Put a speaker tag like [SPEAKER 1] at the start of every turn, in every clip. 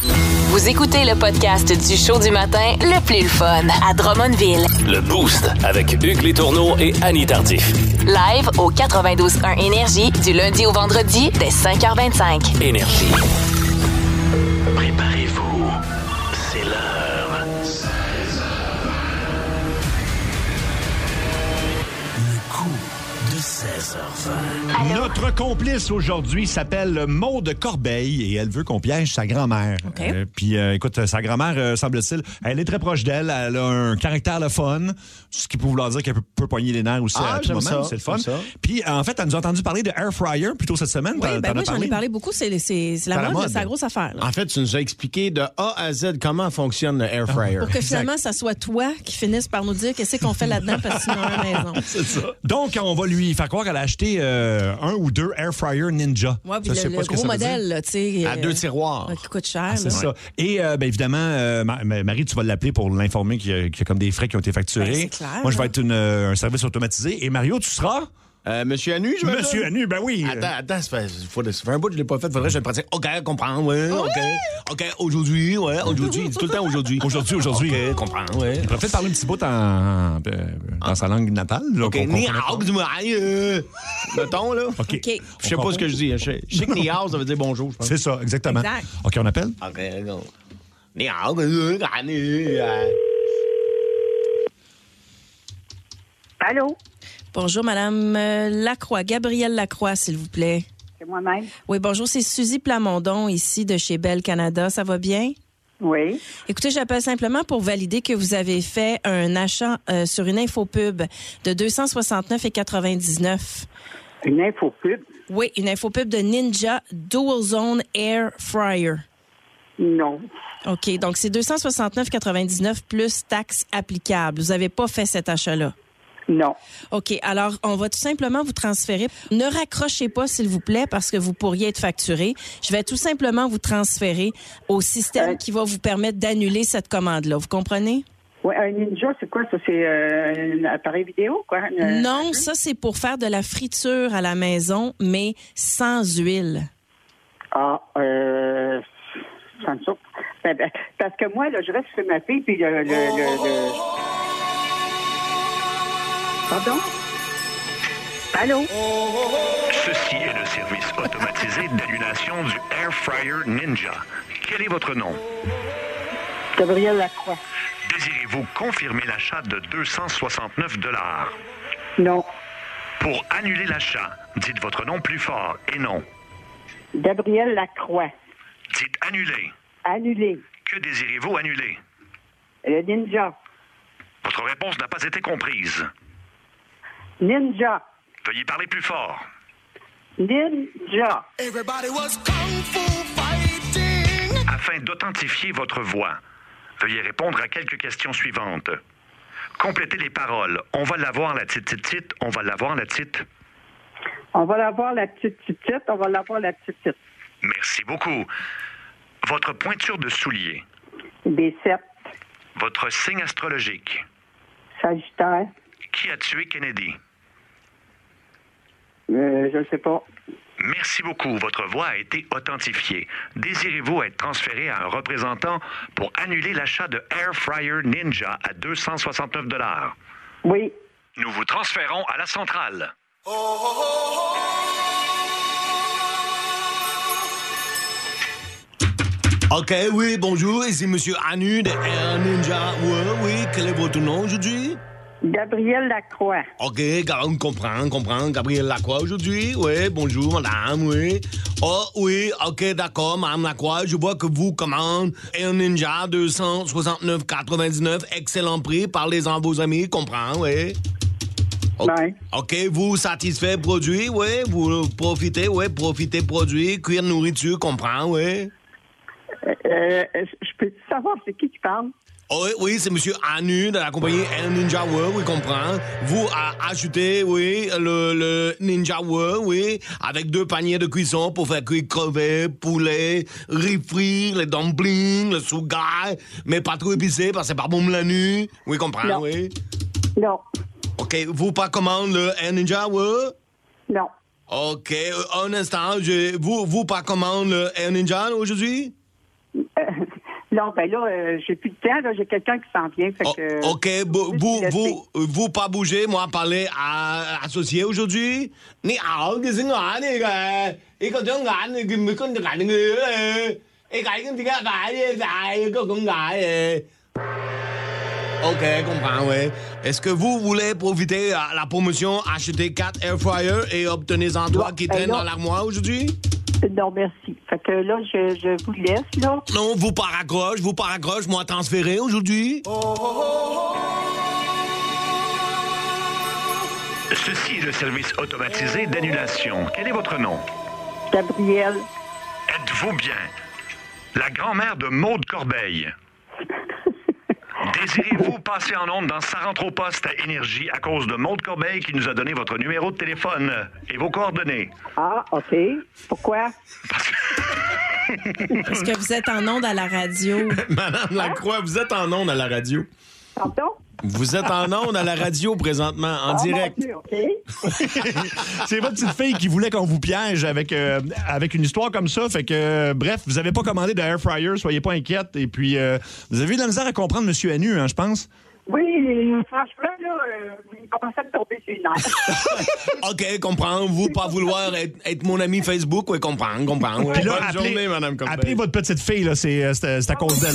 [SPEAKER 1] Vous écoutez le podcast du show du matin le plus fun à Drummondville.
[SPEAKER 2] Le Boost avec Hugues Létourneau et Annie Tardif.
[SPEAKER 1] Live au 92.1 Énergie du lundi au vendredi dès 5h25.
[SPEAKER 2] Énergie.
[SPEAKER 3] Préparez-vous, c'est l'heure. Le coup de 16h20.
[SPEAKER 4] Notre complice aujourd'hui s'appelle Maude Corbeil et elle veut qu'on piège sa grand-mère. Euh, puis euh, écoute, euh, sa grand-mère, euh, semble-t-il, elle est très proche d'elle, elle a un caractère le fun, ce qui peut vouloir dire qu'elle peut, peut poigner les nerfs aussi
[SPEAKER 5] Ah,
[SPEAKER 4] à tout
[SPEAKER 5] j'aime
[SPEAKER 4] moment,
[SPEAKER 5] ça,
[SPEAKER 4] c'est le fun.
[SPEAKER 5] j'aime ça.
[SPEAKER 4] Puis en fait, elle nous a entendu parler de Air Fryer plus tôt cette semaine,
[SPEAKER 6] Oui,
[SPEAKER 4] t'en-
[SPEAKER 6] ben
[SPEAKER 4] t'en
[SPEAKER 6] moi,
[SPEAKER 4] as
[SPEAKER 6] j'en
[SPEAKER 4] parlé.
[SPEAKER 6] ai parlé beaucoup. C'est c'est- c'est la,
[SPEAKER 4] Dans la
[SPEAKER 6] mode,
[SPEAKER 4] mode.
[SPEAKER 6] c'est la grosse affaire. là.
[SPEAKER 5] En fait, tu nous as expliqué de A à Z comment fonctionne le
[SPEAKER 4] Ah.
[SPEAKER 5] air fryer.
[SPEAKER 6] Pour que finalement, ça soit toi qui finisse par nous dire qu'est-ce qu'on fait là-dedans parce que sinon, on a la maison.
[SPEAKER 4] Donc, on va lui faire croire qu'elle a acheté euh, un ou deux Air Fryer Ninja.
[SPEAKER 6] Moi,
[SPEAKER 4] Ça,
[SPEAKER 6] puis
[SPEAKER 4] je sais
[SPEAKER 6] le,
[SPEAKER 4] pas
[SPEAKER 6] le
[SPEAKER 4] ce que
[SPEAKER 6] gros
[SPEAKER 4] ça veut dire.
[SPEAKER 6] modèle, là, tu sais.
[SPEAKER 5] À
[SPEAKER 6] euh,
[SPEAKER 5] deux tiroirs.
[SPEAKER 6] euh, Qui coûte cher.
[SPEAKER 4] Ah, c'est
[SPEAKER 6] là.
[SPEAKER 4] ça. Et euh, ben, évidemment, euh, Ma- Ma- Marie, tu vas l'appeler pour l'informer qu'il y, a- qu'il y a comme des frais qui ont été facturés.
[SPEAKER 6] Ben, c'est clair,
[SPEAKER 4] Moi, je vais
[SPEAKER 6] hein.
[SPEAKER 4] être une, euh, un service automatisé. Et Mario, tu seras
[SPEAKER 5] Euh, Monsieur Anu, je me
[SPEAKER 4] Monsieur Anu, ben oui.
[SPEAKER 5] Attends, attends, ça fait, ça fait- ça fait un bout que je l'ai pas fait. Faudrait que je le pratique. OK, comprends, ouais, OK. OK, aujourd'hui, ouais, aujourd'hui. Il dit tout le temps aujourd'hui.
[SPEAKER 4] Aujourd'hui, aujourd'hui.
[SPEAKER 5] OK, comprends, ouais.
[SPEAKER 4] Il pourrait peut-être parler un petit bout en- en- euh, dans sa langue natale. là,
[SPEAKER 5] OK,
[SPEAKER 4] qu'on
[SPEAKER 5] ni
[SPEAKER 4] comprenne.
[SPEAKER 5] hao, dis-moi, aïe, euh, mettons, là.
[SPEAKER 4] OK.
[SPEAKER 6] OK.
[SPEAKER 5] Je sais pas ce que je dis. Je sais je sais que ni hao, ça veut dire bonjour, je pense.
[SPEAKER 4] C'est ça, exactement.
[SPEAKER 6] Exact.
[SPEAKER 4] OK, on appelle?
[SPEAKER 5] OK, go. Ni hao, euh, euh, euh,
[SPEAKER 7] Allô?
[SPEAKER 6] Bonjour, Madame euh, Lacroix. Gabrielle Lacroix, s'il vous plaît.
[SPEAKER 7] C'est moi-même.
[SPEAKER 6] Oui, bonjour, c'est Suzy Plamondon, ici, de chez Belle Canada. Ça va bien?
[SPEAKER 7] Oui.
[SPEAKER 6] Écoutez, j'appelle simplement pour valider que vous avez fait un achat euh, sur une infopub de 269,99.
[SPEAKER 7] Une info pub?
[SPEAKER 6] Oui, une infopub de Ninja Dual Zone Air Fryer.
[SPEAKER 7] Non.
[SPEAKER 6] OK, donc c'est 269,99 plus taxes applicables. Vous n'avez pas fait cet achat-là.
[SPEAKER 7] Non.
[SPEAKER 6] OK, alors on va tout simplement vous transférer. Ne raccrochez pas, s'il vous plaît, parce que vous pourriez être facturé. Je vais tout simplement vous transférer au système
[SPEAKER 7] Euh.
[SPEAKER 6] qui va vous permettre d'annuler cette commande-là. Vous comprenez?
[SPEAKER 7] Ouais, un ninja, c'est quoi ça? C'est euh, un appareil vidéo, quoi? Euh, Une-
[SPEAKER 6] Non, ça c'est pour faire de la friture à la maison, mais sans huile.
[SPEAKER 7] Ah, euh. Ça me saoule. Ben, ben, Parce que moi, là, je reste chez ma fille, puis le. le, le, le- Pardon? Allô?
[SPEAKER 3] Ceci est le service automatisé d'annulation du Air Fryer Ninja. Quel est votre nom?
[SPEAKER 7] Gabriel Lacroix.
[SPEAKER 3] Désirez-vous confirmer l'achat de 269 dollars?
[SPEAKER 7] Non.
[SPEAKER 3] Pour annuler l'achat, dites votre nom plus fort et non.
[SPEAKER 7] Gabriel Lacroix.
[SPEAKER 3] Dites annuler.
[SPEAKER 7] Annulé.
[SPEAKER 3] Que désirez-vous annuler?
[SPEAKER 7] Le ninja.
[SPEAKER 3] Votre réponse n'a pas été comprise.
[SPEAKER 7] Ninja.
[SPEAKER 3] Veuillez parler plus fort.
[SPEAKER 7] Ninja.
[SPEAKER 3] Afin d'authentifier votre voix, veuillez répondre à quelques questions suivantes. Complétez les paroles. On va l'avoir la petite petite petite. On va l'avoir la petite.
[SPEAKER 7] On va l'avoir la petite petite, petite. On va l'avoir la petite petite.
[SPEAKER 3] Merci beaucoup. Votre pointure de soulier,
[SPEAKER 7] Des sept.
[SPEAKER 3] votre signe astrologique.
[SPEAKER 7] Sagittaire.
[SPEAKER 3] Qui a tué Kennedy?
[SPEAKER 7] Euh, je ne sais pas.
[SPEAKER 3] Merci beaucoup. Votre voix a été authentifiée. Désirez-vous être transféré à un représentant pour annuler l'achat de Air Fryer Ninja à 269 dollars?
[SPEAKER 7] Oui.
[SPEAKER 3] Nous vous transférons à la centrale.
[SPEAKER 5] OK, oui, bonjour, ici Monsieur Anu de Air Ninja. Ouais, oui, quel est votre nom aujourd'hui?
[SPEAKER 7] Gabrielle Lacroix.
[SPEAKER 5] OK, on comprend, comprend. Gabriel Lacroix aujourd'hui. Oui, bonjour, madame, oui. Oh, oui, OK, d'accord, madame Lacroix. Je vois que vous commandez Air Ninja 269,99. Excellent prix. Parlez-en à vos amis, comprends, oui. O-
[SPEAKER 7] Ouais.
[SPEAKER 5] OK, vous satisfait produit, oui. Vous profitez, oui. Profitez produit. Cuire nourriture, comprends, oui.
[SPEAKER 7] Euh, je peux savoir c'est qui qui parle?
[SPEAKER 5] Oui, oui, c'est Monsieur Anu de la compagnie Air Ninja World, oui, comprends. Vous a- achetez, oui, le, le Ninja World, oui, avec deux paniers de cuisson pour faire cuire crevettes, poulet, riz frit, les dumplings, le sougai, mais pas trop épicé parce que c'est pas bon la nuit. Oui, comprends,
[SPEAKER 7] Non.
[SPEAKER 5] oui.
[SPEAKER 7] Non.
[SPEAKER 5] OK, vous pas commande le Air Ninja World?
[SPEAKER 7] Non.
[SPEAKER 5] OK, euh, un instant, je, vous, vous pas commande le Air Ninja aujourd'hui?
[SPEAKER 7] Non, ben là, euh, j'ai plus de temps, là, j'ai quelqu'un qui s'en vient. Fait
[SPEAKER 4] Oh,
[SPEAKER 7] que,
[SPEAKER 4] ok,
[SPEAKER 7] je vais
[SPEAKER 4] vous,
[SPEAKER 7] juste
[SPEAKER 4] vous,
[SPEAKER 7] vous laisser.
[SPEAKER 4] vous, vous pas bouger, moi parler à associé aujourd'hui. Ni hao, ni zing hao, ni ge, ni ge zheng hao, ni ge mi kun de gan ge, eh, eh, gan ge de ga ba, eh, ba, eh, ge gong ga, eh. Ok, comprends, oui. Est-ce que vous voulez profiter à la promotion, acheter 4 air fryers et obtenir en doigts qui
[SPEAKER 7] ben
[SPEAKER 4] traînent
[SPEAKER 7] non.
[SPEAKER 4] dans l'armoire aujourd'hui?
[SPEAKER 7] Non, merci. Fait que là, je, je vous laisse, là.
[SPEAKER 4] Non, vous par accroche, vous par accroche, moi transféré aujourd'hui.
[SPEAKER 3] Ceci est le service automatisé d'annulation. Quel est votre nom?
[SPEAKER 7] Gabriel,
[SPEAKER 3] Êtes-vous bien? La grand-mère de Maude Corbeil. Désirez-vous passer en onde dans sa rentre au poste à Énergie à cause de Maude Corbeil qui nous a donné votre numéro de téléphone et vos coordonnées?
[SPEAKER 7] ah, OK. Pourquoi?
[SPEAKER 6] Parce que vous êtes en onde à la radio.
[SPEAKER 4] Madame Lacroix, vous êtes en onde à la radio.
[SPEAKER 7] Hein? Pardon?
[SPEAKER 4] Vous êtes en onde à la radio présentement, en direct.
[SPEAKER 7] Ah, mon Dieu, OK.
[SPEAKER 5] C'est votre petite fille qui voulait qu'on vous piège avec, euh, avec une histoire comme ça. Fait que, euh, bref, vous avez pas commandé d'air fryer, soyez pas inquiète. Et puis, euh, vous avez eu de la misère à comprendre Monsieur Anu, hein, je pense.
[SPEAKER 7] Oui, franchement, là, euh, il commençait à me tomber sur une nerfs.
[SPEAKER 4] OK, comprends. Vous pas vouloir être, être mon ami Facebook, oui, comprends, comprends. Ouais.
[SPEAKER 5] Puis là,
[SPEAKER 4] Bonne
[SPEAKER 5] appelez-
[SPEAKER 4] journée, Madame Corbeil.
[SPEAKER 5] Appelez votre petite fille, là, c'est euh, c'est à c'est à cause d'elle.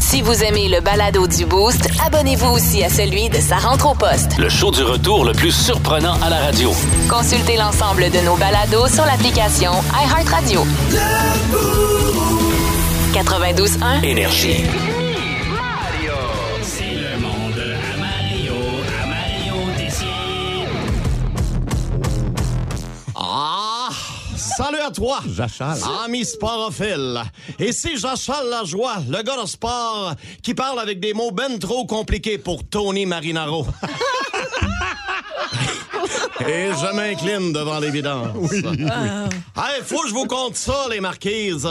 [SPEAKER 1] Si vous aimez le balado du Boost, abonnez-vous aussi à celui de Sa rentre au poste.
[SPEAKER 2] Le show du retour le plus surprenant à la radio.
[SPEAKER 1] Consultez l'ensemble de nos balados sur l'application iHeartRadio. 92.1,
[SPEAKER 2] Énergie.
[SPEAKER 4] Ah! Salut à toi!
[SPEAKER 5] Jachal.
[SPEAKER 4] Ami sporophile. Et c'est Jachal Lajoie, le gars de sport, qui parle avec des mots ben trop compliqués pour Tony Marinaro. Et je m'incline devant l'évidence. Hey, faut que je vous compte ça, les marquises.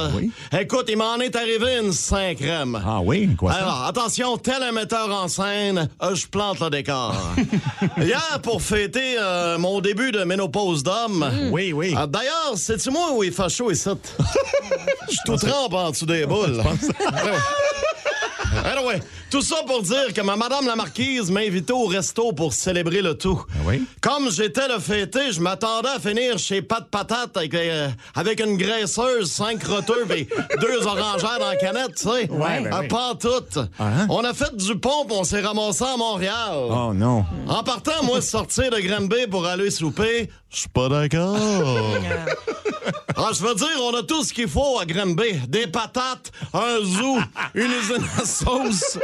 [SPEAKER 4] Écoute, il m'en est arrivé une cinquième.
[SPEAKER 5] Ah oui, quoi ça?
[SPEAKER 4] Alors, attention, tel un metteur en scène, euh, je plante le décor. Hier, pour fêter euh, mon début de ménopause d'homme.
[SPEAKER 5] Oui, oui.
[SPEAKER 4] Ah, D'ailleurs, c'est-tu moi où il fait chaud ici? Je suis tout trempe en dessous des boules. Anyway, tout ça pour dire que ma madame la marquise m'a invité au resto pour célébrer le tout.
[SPEAKER 5] Ah oui?
[SPEAKER 4] Comme j'étais le fêté, je m'attendais à finir chez Pat Patate avec, euh, avec une graisseuse, cinq roteux et deux orangères dans la canette, tu sais.
[SPEAKER 5] Ouais, ben
[SPEAKER 4] Euh,
[SPEAKER 5] oui.
[SPEAKER 4] Pas toutes.
[SPEAKER 5] hein?
[SPEAKER 4] On a fait du pont, puis on s'est ramassé à Montréal.
[SPEAKER 5] Oh non.
[SPEAKER 4] En partant, moi, sortir de Granby pour aller souper, je suis pas d'accord. Ah, je veux dire, on a tout ce qu'il faut à Granby. Des patates, un zoo, une usine à sauce.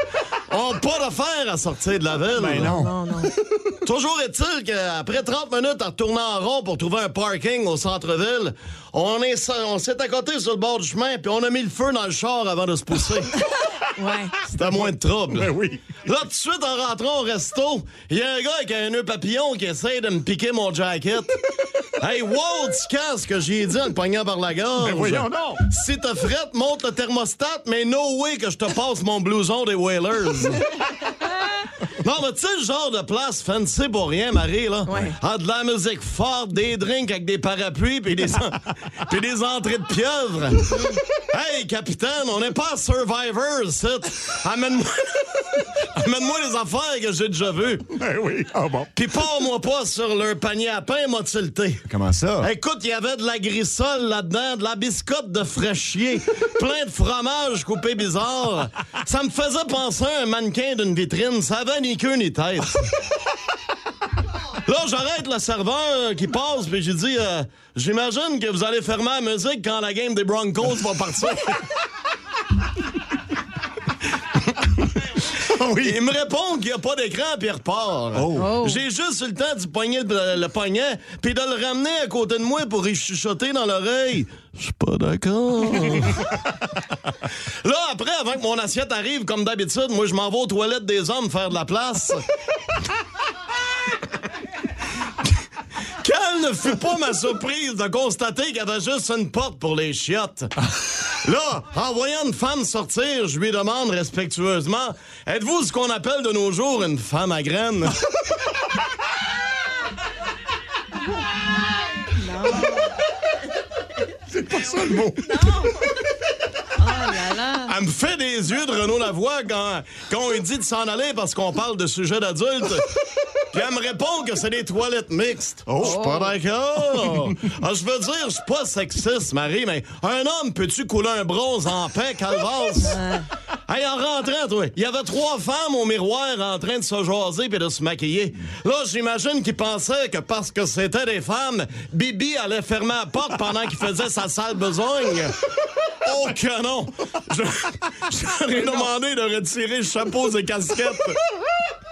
[SPEAKER 4] On n'a pas d'affaires à sortir de la ville.
[SPEAKER 5] Ben non.
[SPEAKER 6] Non, non.
[SPEAKER 4] Toujours est-il qu'après 30 minutes à retourner en rond pour trouver un parking au centre-ville, on est- on s'est accoté sur le bord du chemin, puis on a mis le feu dans le char avant de se pousser.
[SPEAKER 6] Ouais.
[SPEAKER 4] C'était moins de trouble.
[SPEAKER 5] Ben oui.
[SPEAKER 4] Là, tout de suite, en rentrant au resto, il y a un gars avec un nœud papillon qui essaie de me piquer mon jacket. hey, wow, tu casses ce que j'ai dit en le poignant par la gorge.
[SPEAKER 5] Ben voyons donc.
[SPEAKER 4] Si t'as frette, monte le thermostat, mais no way que je te passe mon blouson des Whalers. Non, mais tu sais, le genre de place fancy pour rien, Marie, là.
[SPEAKER 6] Ouais.
[SPEAKER 4] Ah, de la musique forte, des drinks avec des parapluies, puis des, en- puis des entrées de pieuvres. hey, capitaine, on n'est pas à Survivor, c'est. Amène-moi. Amène-moi les affaires que j'ai déjà vues.
[SPEAKER 5] Ben oui. Ah bon.
[SPEAKER 4] Puis pars-moi pas sur leur panier à pain, m'a le thé.
[SPEAKER 5] Comment ça?
[SPEAKER 4] Écoute, il y avait de la grissole là-dedans, de la biscotte de fraîchier, plein de fromage coupé bizarre. Ça me faisait penser à un mannequin d'une vitrine. Ça avait ni queue ni tête. Là, j'arrête le serveur qui passe, puis j'ai dit euh, J'imagine que vous allez fermer la musique quand la game des Broncos va partir. Il me répond qu'il n'y a pas d'écran, puis il repart.
[SPEAKER 6] Oh.
[SPEAKER 4] J'ai juste eu le temps du poignet de le poignet, puis de le ramener à côté de moi pour y chuchoter dans l'oreille. Je suis pas d'accord. Oh. Là, après, avant que mon assiette arrive, comme d'habitude, moi, je m'en vais aux toilettes des hommes faire de la place. Quelle ne fut pas ma surprise de constater qu'il y avait juste une porte pour les chiottes. Là, en voyant une femme sortir, je lui demande respectueusement Êtes-vous ce qu'on appelle de nos jours une femme à graines
[SPEAKER 6] Oh là là.
[SPEAKER 4] Elle me fait des yeux de Renaud Lavoie quand, quand on lui dit de s'en aller parce qu'on parle de sujet d'adulte. Puis elle me répond que c'est des toilettes mixtes. Oh, je suis pas d'accord. Ah, je veux dire, je suis pas sexiste, Marie, mais un homme, peux-tu couler un bronze en paix, calvasse? Hey, en rentrant, toi, il y avait trois femmes au miroir en train de se jaser puis de se maquiller. Là, j'imagine qu'ils pensaient que parce que c'était des femmes, Bibi allait fermer la porte pendant qu'il faisait sa sale besogne. Oh que non! Je- J'aurais demandé de retirer chapeaux et casquettes.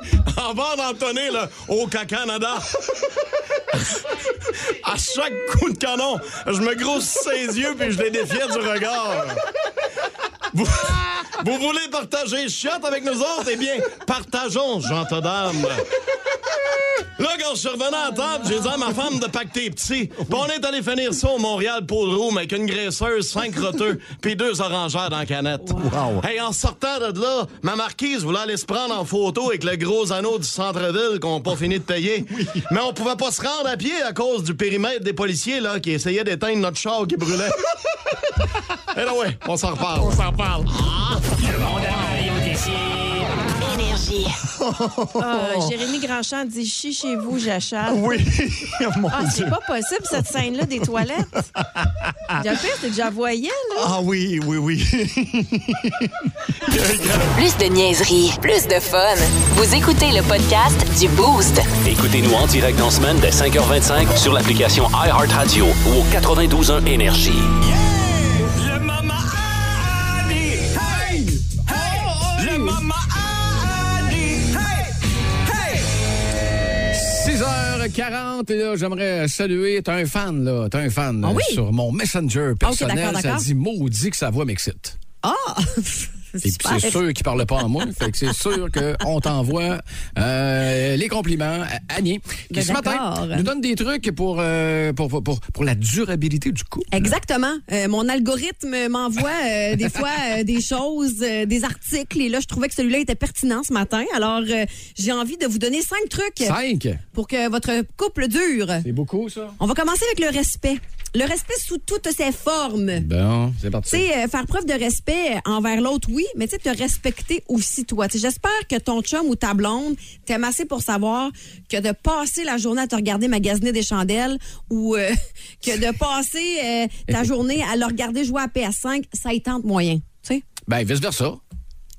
[SPEAKER 4] En bas d'Anthony, là, au Canada. À chaque coup de canon, je me grossissais ses yeux puis je les défiais du regard. Vous, vous voulez partager chiottes avec nous autres? Eh bien, partageons, gentes dames. Là, quand je suis revenu à la table, j'ai dit à ma femme de pacter petit. Puis on est allé finir ça au Montréal Pool Room avec une graisseuse, cinq roteux, puis deux orangères dans la canette.
[SPEAKER 5] Wow.
[SPEAKER 4] Hey, en sortant de là, ma marquise voulait aller se prendre en photo avec le gros anneau du centre-ville qu'on n'a pas fini de payer. Mais on pouvait pas se rendre à pied à cause du périmètre des policiers là qui essayaient d'éteindre notre char qui brûlait. Eh là, ouais, on s'en reparle. On s'en parle.
[SPEAKER 1] Énergie.
[SPEAKER 6] Ah, Jérémy Grandchamp dit chie chez vous, j'achète.
[SPEAKER 5] Oui, Oh mon
[SPEAKER 6] Ah,
[SPEAKER 5] Dieu.
[SPEAKER 6] c'est pas possible, cette scène-là des toilettes. Le pire, c'est que j'en voyais, là.
[SPEAKER 5] Ah oui, oui, oui.
[SPEAKER 1] Plus de niaiserie, plus de fun. Vous écoutez le podcast du Boost.
[SPEAKER 2] Écoutez-nous en direct dans la semaine dès 5h25 sur l'application iHeartRadio ou au 92.1 Énergie.
[SPEAKER 8] Le Mama Ali. Hey, hey. Le Mama Ali. Hey, hey.
[SPEAKER 9] 6h40, et là, j'aimerais saluer. T'es un fan, là. T'es un fan
[SPEAKER 10] Ah
[SPEAKER 9] euh,
[SPEAKER 10] oui?
[SPEAKER 9] sur mon Messenger
[SPEAKER 10] Ah, ok,
[SPEAKER 9] personnel.
[SPEAKER 10] d'accord,
[SPEAKER 9] ça
[SPEAKER 10] d'accord.
[SPEAKER 9] dit maudit que sa voix m'excite.
[SPEAKER 10] Ah!
[SPEAKER 9] Et puis c'est sûr qu'il parlait pas en moi. fait que c'est sûr qu'on t'envoie euh, les compliments à Annie, qui
[SPEAKER 10] Ben,
[SPEAKER 9] ce matin
[SPEAKER 10] d'accord.
[SPEAKER 9] nous donne des trucs pour, euh, pour, pour, pour, pour la durabilité du couple.
[SPEAKER 10] Exactement. Euh, mon algorithme m'envoie euh, des fois euh, des choses, euh, des articles. Et là, je trouvais que celui-là était pertinent ce matin. Alors, euh, j'ai envie de vous donner cinq trucs
[SPEAKER 9] Cinq.
[SPEAKER 10] pour que votre couple dure.
[SPEAKER 9] C'est beaucoup, ça?
[SPEAKER 10] On va commencer avec le respect. Le respect sous toutes ses formes.
[SPEAKER 9] Bon, c'est
[SPEAKER 10] Tu
[SPEAKER 9] parti.
[SPEAKER 10] sais, euh, faire preuve de respect envers l'autre, oui, mais tu sais, te respecter aussi toi. Tu sais, J'espère que ton chum ou ta blonde t'aime assez pour savoir que de passer la journée à te regarder magasiner des chandelles ou euh, que de passer euh, ta journée à le regarder jouer à PS5, ça y tente moyen. Tu sais,
[SPEAKER 9] Ben, vice-versa.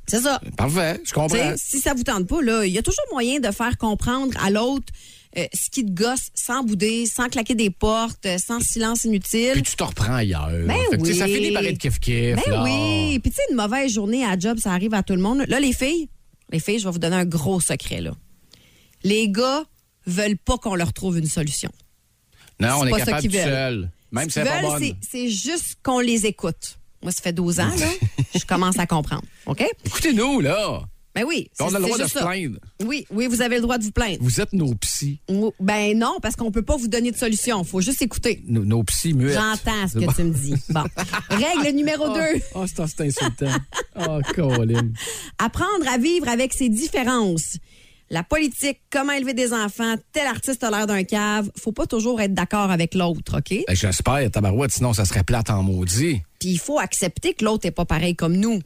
[SPEAKER 10] c'est ça.
[SPEAKER 9] Parfait, je
[SPEAKER 10] Tu
[SPEAKER 9] comprends.
[SPEAKER 10] sais, si ça vous tente pas, là, il y a toujours moyen de faire comprendre à l'autre euh, ce qui te gosse sans bouder, sans claquer des portes, euh, sans silence inutile.
[SPEAKER 9] Puis tu te reprends ailleurs.
[SPEAKER 10] Ben
[SPEAKER 9] Fait que, tu sais, Ça
[SPEAKER 10] oui.
[SPEAKER 9] finit par être kiff-kiff.
[SPEAKER 10] Ben
[SPEAKER 9] là.
[SPEAKER 10] oui. Puis tu sais, une mauvaise journée à job, ça arrive à tout le monde. Là, les filles, les filles, je vais vous donner un gros secret, là. Les gars veulent pas qu'on leur trouve une solution.
[SPEAKER 9] Non, on
[SPEAKER 10] C'est
[SPEAKER 9] est
[SPEAKER 10] pas ça
[SPEAKER 9] capable
[SPEAKER 10] qu'ils
[SPEAKER 9] tout
[SPEAKER 10] veulent.
[SPEAKER 9] seul. Même si
[SPEAKER 10] Ce
[SPEAKER 9] elle
[SPEAKER 10] qu'ils
[SPEAKER 9] est pas
[SPEAKER 10] veulent,
[SPEAKER 9] bonne.
[SPEAKER 10] c'est- c'est juste qu'on les écoute. Moi, ça fait 12 ans, là. je commence à comprendre. OK?
[SPEAKER 9] Écoutez-nous, là.
[SPEAKER 10] Ben oui.
[SPEAKER 9] On
[SPEAKER 10] c'est-
[SPEAKER 9] a le
[SPEAKER 10] c'est
[SPEAKER 9] droit de
[SPEAKER 10] juste
[SPEAKER 9] se
[SPEAKER 10] ça.
[SPEAKER 9] plaindre.
[SPEAKER 10] Oui, oui, vous avez le droit de vous plaindre.
[SPEAKER 9] Vous êtes nos psys.
[SPEAKER 10] Ou- Ben non, parce qu'on peut pas vous donner de solution. Faut juste écouter.
[SPEAKER 9] Nos, nos psys muettes.
[SPEAKER 10] J'entends ce
[SPEAKER 9] C'est bon.
[SPEAKER 10] que tu me dis. Bon. Règle numéro 2.
[SPEAKER 9] Ah, oh, c'est insultant. oh, Colin.
[SPEAKER 10] Apprendre à vivre avec ses différences. La politique, comment élever des enfants, tel artiste a l'air d'un cave. Faut pas toujours être d'accord avec l'autre, OK?
[SPEAKER 9] Ben, J'espère, tabarouette, sinon ça serait plate en maudit.
[SPEAKER 10] Puis il faut accepter que l'autre est pas pareil comme nous.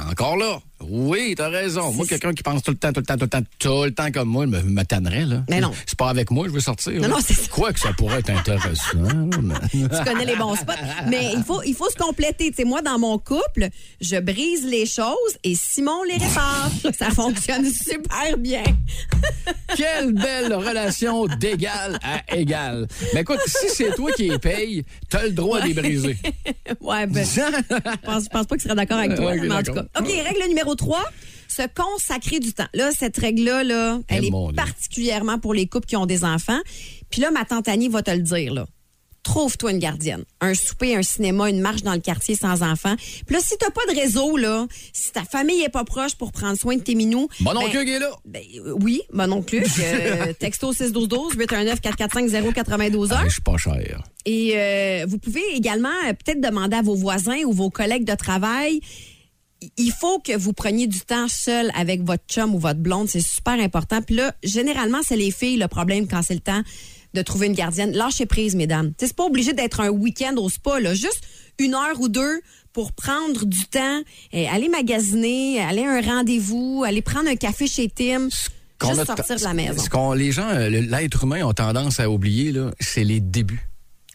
[SPEAKER 9] Encore là. Oui, t'as raison. Moi,
[SPEAKER 10] C'est-
[SPEAKER 9] quelqu'un qui pense tout le temps, tout le temps, tout le temps, tout le temps comme moi, me, me tannerait, là.
[SPEAKER 10] Mais non.
[SPEAKER 9] C'est pas avec moi, je veux sortir. là.
[SPEAKER 10] non, c'est-
[SPEAKER 9] Quoi que ça pourrait être intéressant. mais-
[SPEAKER 10] Tu connais les bons spots. Mais il faut, il faut se compléter. Tu sais, moi, dans mon couple, je brise les choses et Simon les répare. Ça fonctionne super bien.
[SPEAKER 9] Quelle belle relation d'égal à égal. Mais écoute, si c'est toi qui les paye, t'as le droit de les briser.
[SPEAKER 10] Ouais, ben, je pense, je pense pas qu'il serait d'accord avec toi.
[SPEAKER 9] Ok,
[SPEAKER 10] mais en tout
[SPEAKER 9] d'accord.
[SPEAKER 10] cas. OK, règle numéro 3, se consacrer du temps. Là, cette règle-là, là, elle
[SPEAKER 9] Eh, mon
[SPEAKER 10] est
[SPEAKER 9] Dieu.
[SPEAKER 10] particulièrement pour les couples qui ont des enfants. Puis là, ma tante Annie va te le dire, là. Trouve-toi une gardienne. Un souper, un cinéma, une marche dans le quartier sans enfants. Puis là, si t'as pas de réseau, là, si ta famille est pas proche pour prendre soin de tes minous.
[SPEAKER 9] Mon
[SPEAKER 10] ben,
[SPEAKER 9] oncle Hugues est là.
[SPEAKER 10] ben, euh, oui, mon oncle Hugues, euh, texto 61212 819 445 092 heures.
[SPEAKER 9] Ben, Je suis pas cher.
[SPEAKER 10] Et euh, vous pouvez également euh, peut-être demander à vos voisins ou vos collègues de travail. I- Il faut que vous preniez du temps seul avec votre chum ou votre blonde. C'est super important. Puis là, généralement, c'est les filles le problème quand c'est le temps de trouver une gardienne. Lâchez prise, mesdames. Tu sais, C'est pas obligé d'être un week-end au spa. Là. Juste une heure ou deux pour prendre du temps, eh, aller magasiner, aller à un rendez-vous, aller prendre un café chez Tim,
[SPEAKER 9] qu'on
[SPEAKER 10] juste
[SPEAKER 9] a ta-
[SPEAKER 10] sortir de la maison.
[SPEAKER 9] Ce qu'on, les gens, euh, le- l'être humain ont tendance à oublier, là, c'est les débuts.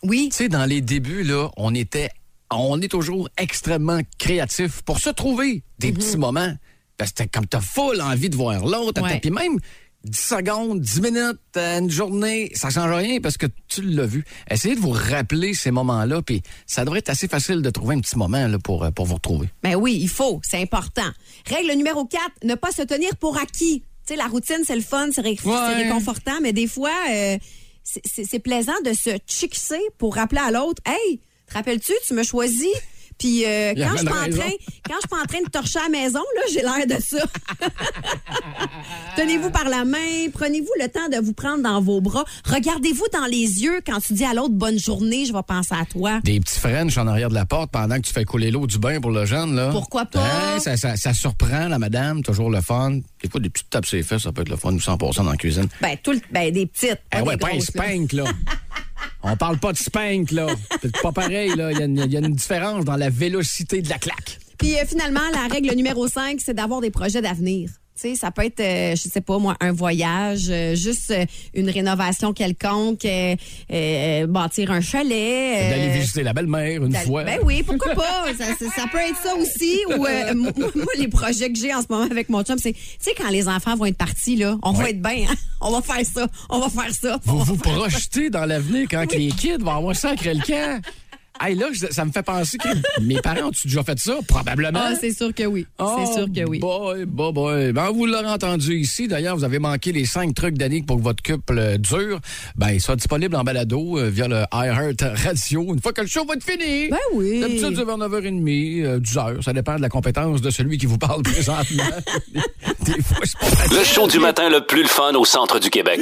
[SPEAKER 10] Oui,
[SPEAKER 9] Tu sais, dans les débuts, là, on était, on est toujours extrêmement créatif pour se trouver
[SPEAKER 10] Mm-hmm.
[SPEAKER 9] des petits moments. Parce que t'as- comme t'as full envie de voir l'autre,
[SPEAKER 6] Ouais.
[SPEAKER 9] puis même 10 secondes, 10 minutes, euh, une journée, ça change rien parce que tu l'as vu. Essayez de vous rappeler ces moments-là, puis ça devrait être assez facile de trouver un petit moment là, pour, euh, pour vous retrouver.
[SPEAKER 10] Ben oui, il faut, c'est important. Règle numéro 4, ne pas se tenir pour acquis. Tu sais, la routine, c'est le fun, c'est ré- c'est
[SPEAKER 9] Ouais.
[SPEAKER 10] réconfortant, mais des fois, euh, c'est- c'est c'est plaisant de se chickser pour rappeler à l'autre, « Hey, te rappelles-tu, tu me choisis? » Puis euh,
[SPEAKER 9] Il y
[SPEAKER 10] quand je suis
[SPEAKER 9] avait
[SPEAKER 10] pas en
[SPEAKER 9] raison.
[SPEAKER 10] train, quand je suis pas en train de torcher à la maison, là, j'ai l'air de ça. Tenez-vous par la main, prenez-vous le temps de vous prendre dans vos bras, regardez-vous dans les yeux quand tu dis à l'autre bonne journée, je vais penser à toi.
[SPEAKER 9] Des petits French en arrière de la porte pendant que tu fais couler l'eau du bain pour le jeune, là.
[SPEAKER 10] Pourquoi pas?
[SPEAKER 9] Hein, ça, ça- ça surprend la madame, toujours le fun. Des fois, des petites tapes sur les fesses, ça peut être le fun ou 100 dans la cuisine.
[SPEAKER 10] Ben tout le, ben des petites,
[SPEAKER 9] Eh
[SPEAKER 10] pas
[SPEAKER 9] ouais,
[SPEAKER 10] des
[SPEAKER 9] pas un
[SPEAKER 10] grosses, là.
[SPEAKER 9] spank, là. On parle pas de spank, là. C'est pas pareil, là. Il y, a une- il y a une différence dans la vélocité de la claque.
[SPEAKER 10] Puis euh, finalement, la règle numéro 5, c'est d'avoir des projets d'avenir. Tu sais, ça peut être, euh, je sais pas moi, un voyage, euh, juste euh, une rénovation quelconque, euh, euh, bâtir un chalet. euh,
[SPEAKER 9] D'aller visiter la belle-mère une
[SPEAKER 10] d'aller-
[SPEAKER 9] fois.
[SPEAKER 10] Ben oui, pourquoi pas? ça, ça- ça peut être ça aussi. Ou euh, moi, moi, les projets que j'ai en ce moment avec mon chum, c'est, tu sais, quand les enfants vont être partis, là, on va
[SPEAKER 9] Ouais.
[SPEAKER 10] être bien. hein? On va faire ça, on va faire ça.
[SPEAKER 9] Vous vous projetez dans l'avenir quand que les kids vont avoir sacré le camp. Hey, là, je- ça me fait penser que mes parents ont déjà fait ça? Probablement.
[SPEAKER 10] Ah, c'est sûr que oui. c'est
[SPEAKER 9] Oh,
[SPEAKER 10] sûr que oui.
[SPEAKER 9] Boy, boy, boy. Ben, vous l'aurez entendu ici. D'ailleurs, vous avez manqué les cinq trucs d'Annick pour que votre couple euh, dure. Ben, il sera disponible en balado euh, via le iHeart Radio une fois que le show va être fini.
[SPEAKER 10] Ben oui.
[SPEAKER 9] D'habitude, c'est vers 9h30, euh, 10h. Ça dépend de la compétence de celui qui vous parle présentement. Des fois, c'est pas facile.
[SPEAKER 2] Le show du matin le plus le fun au centre du Québec.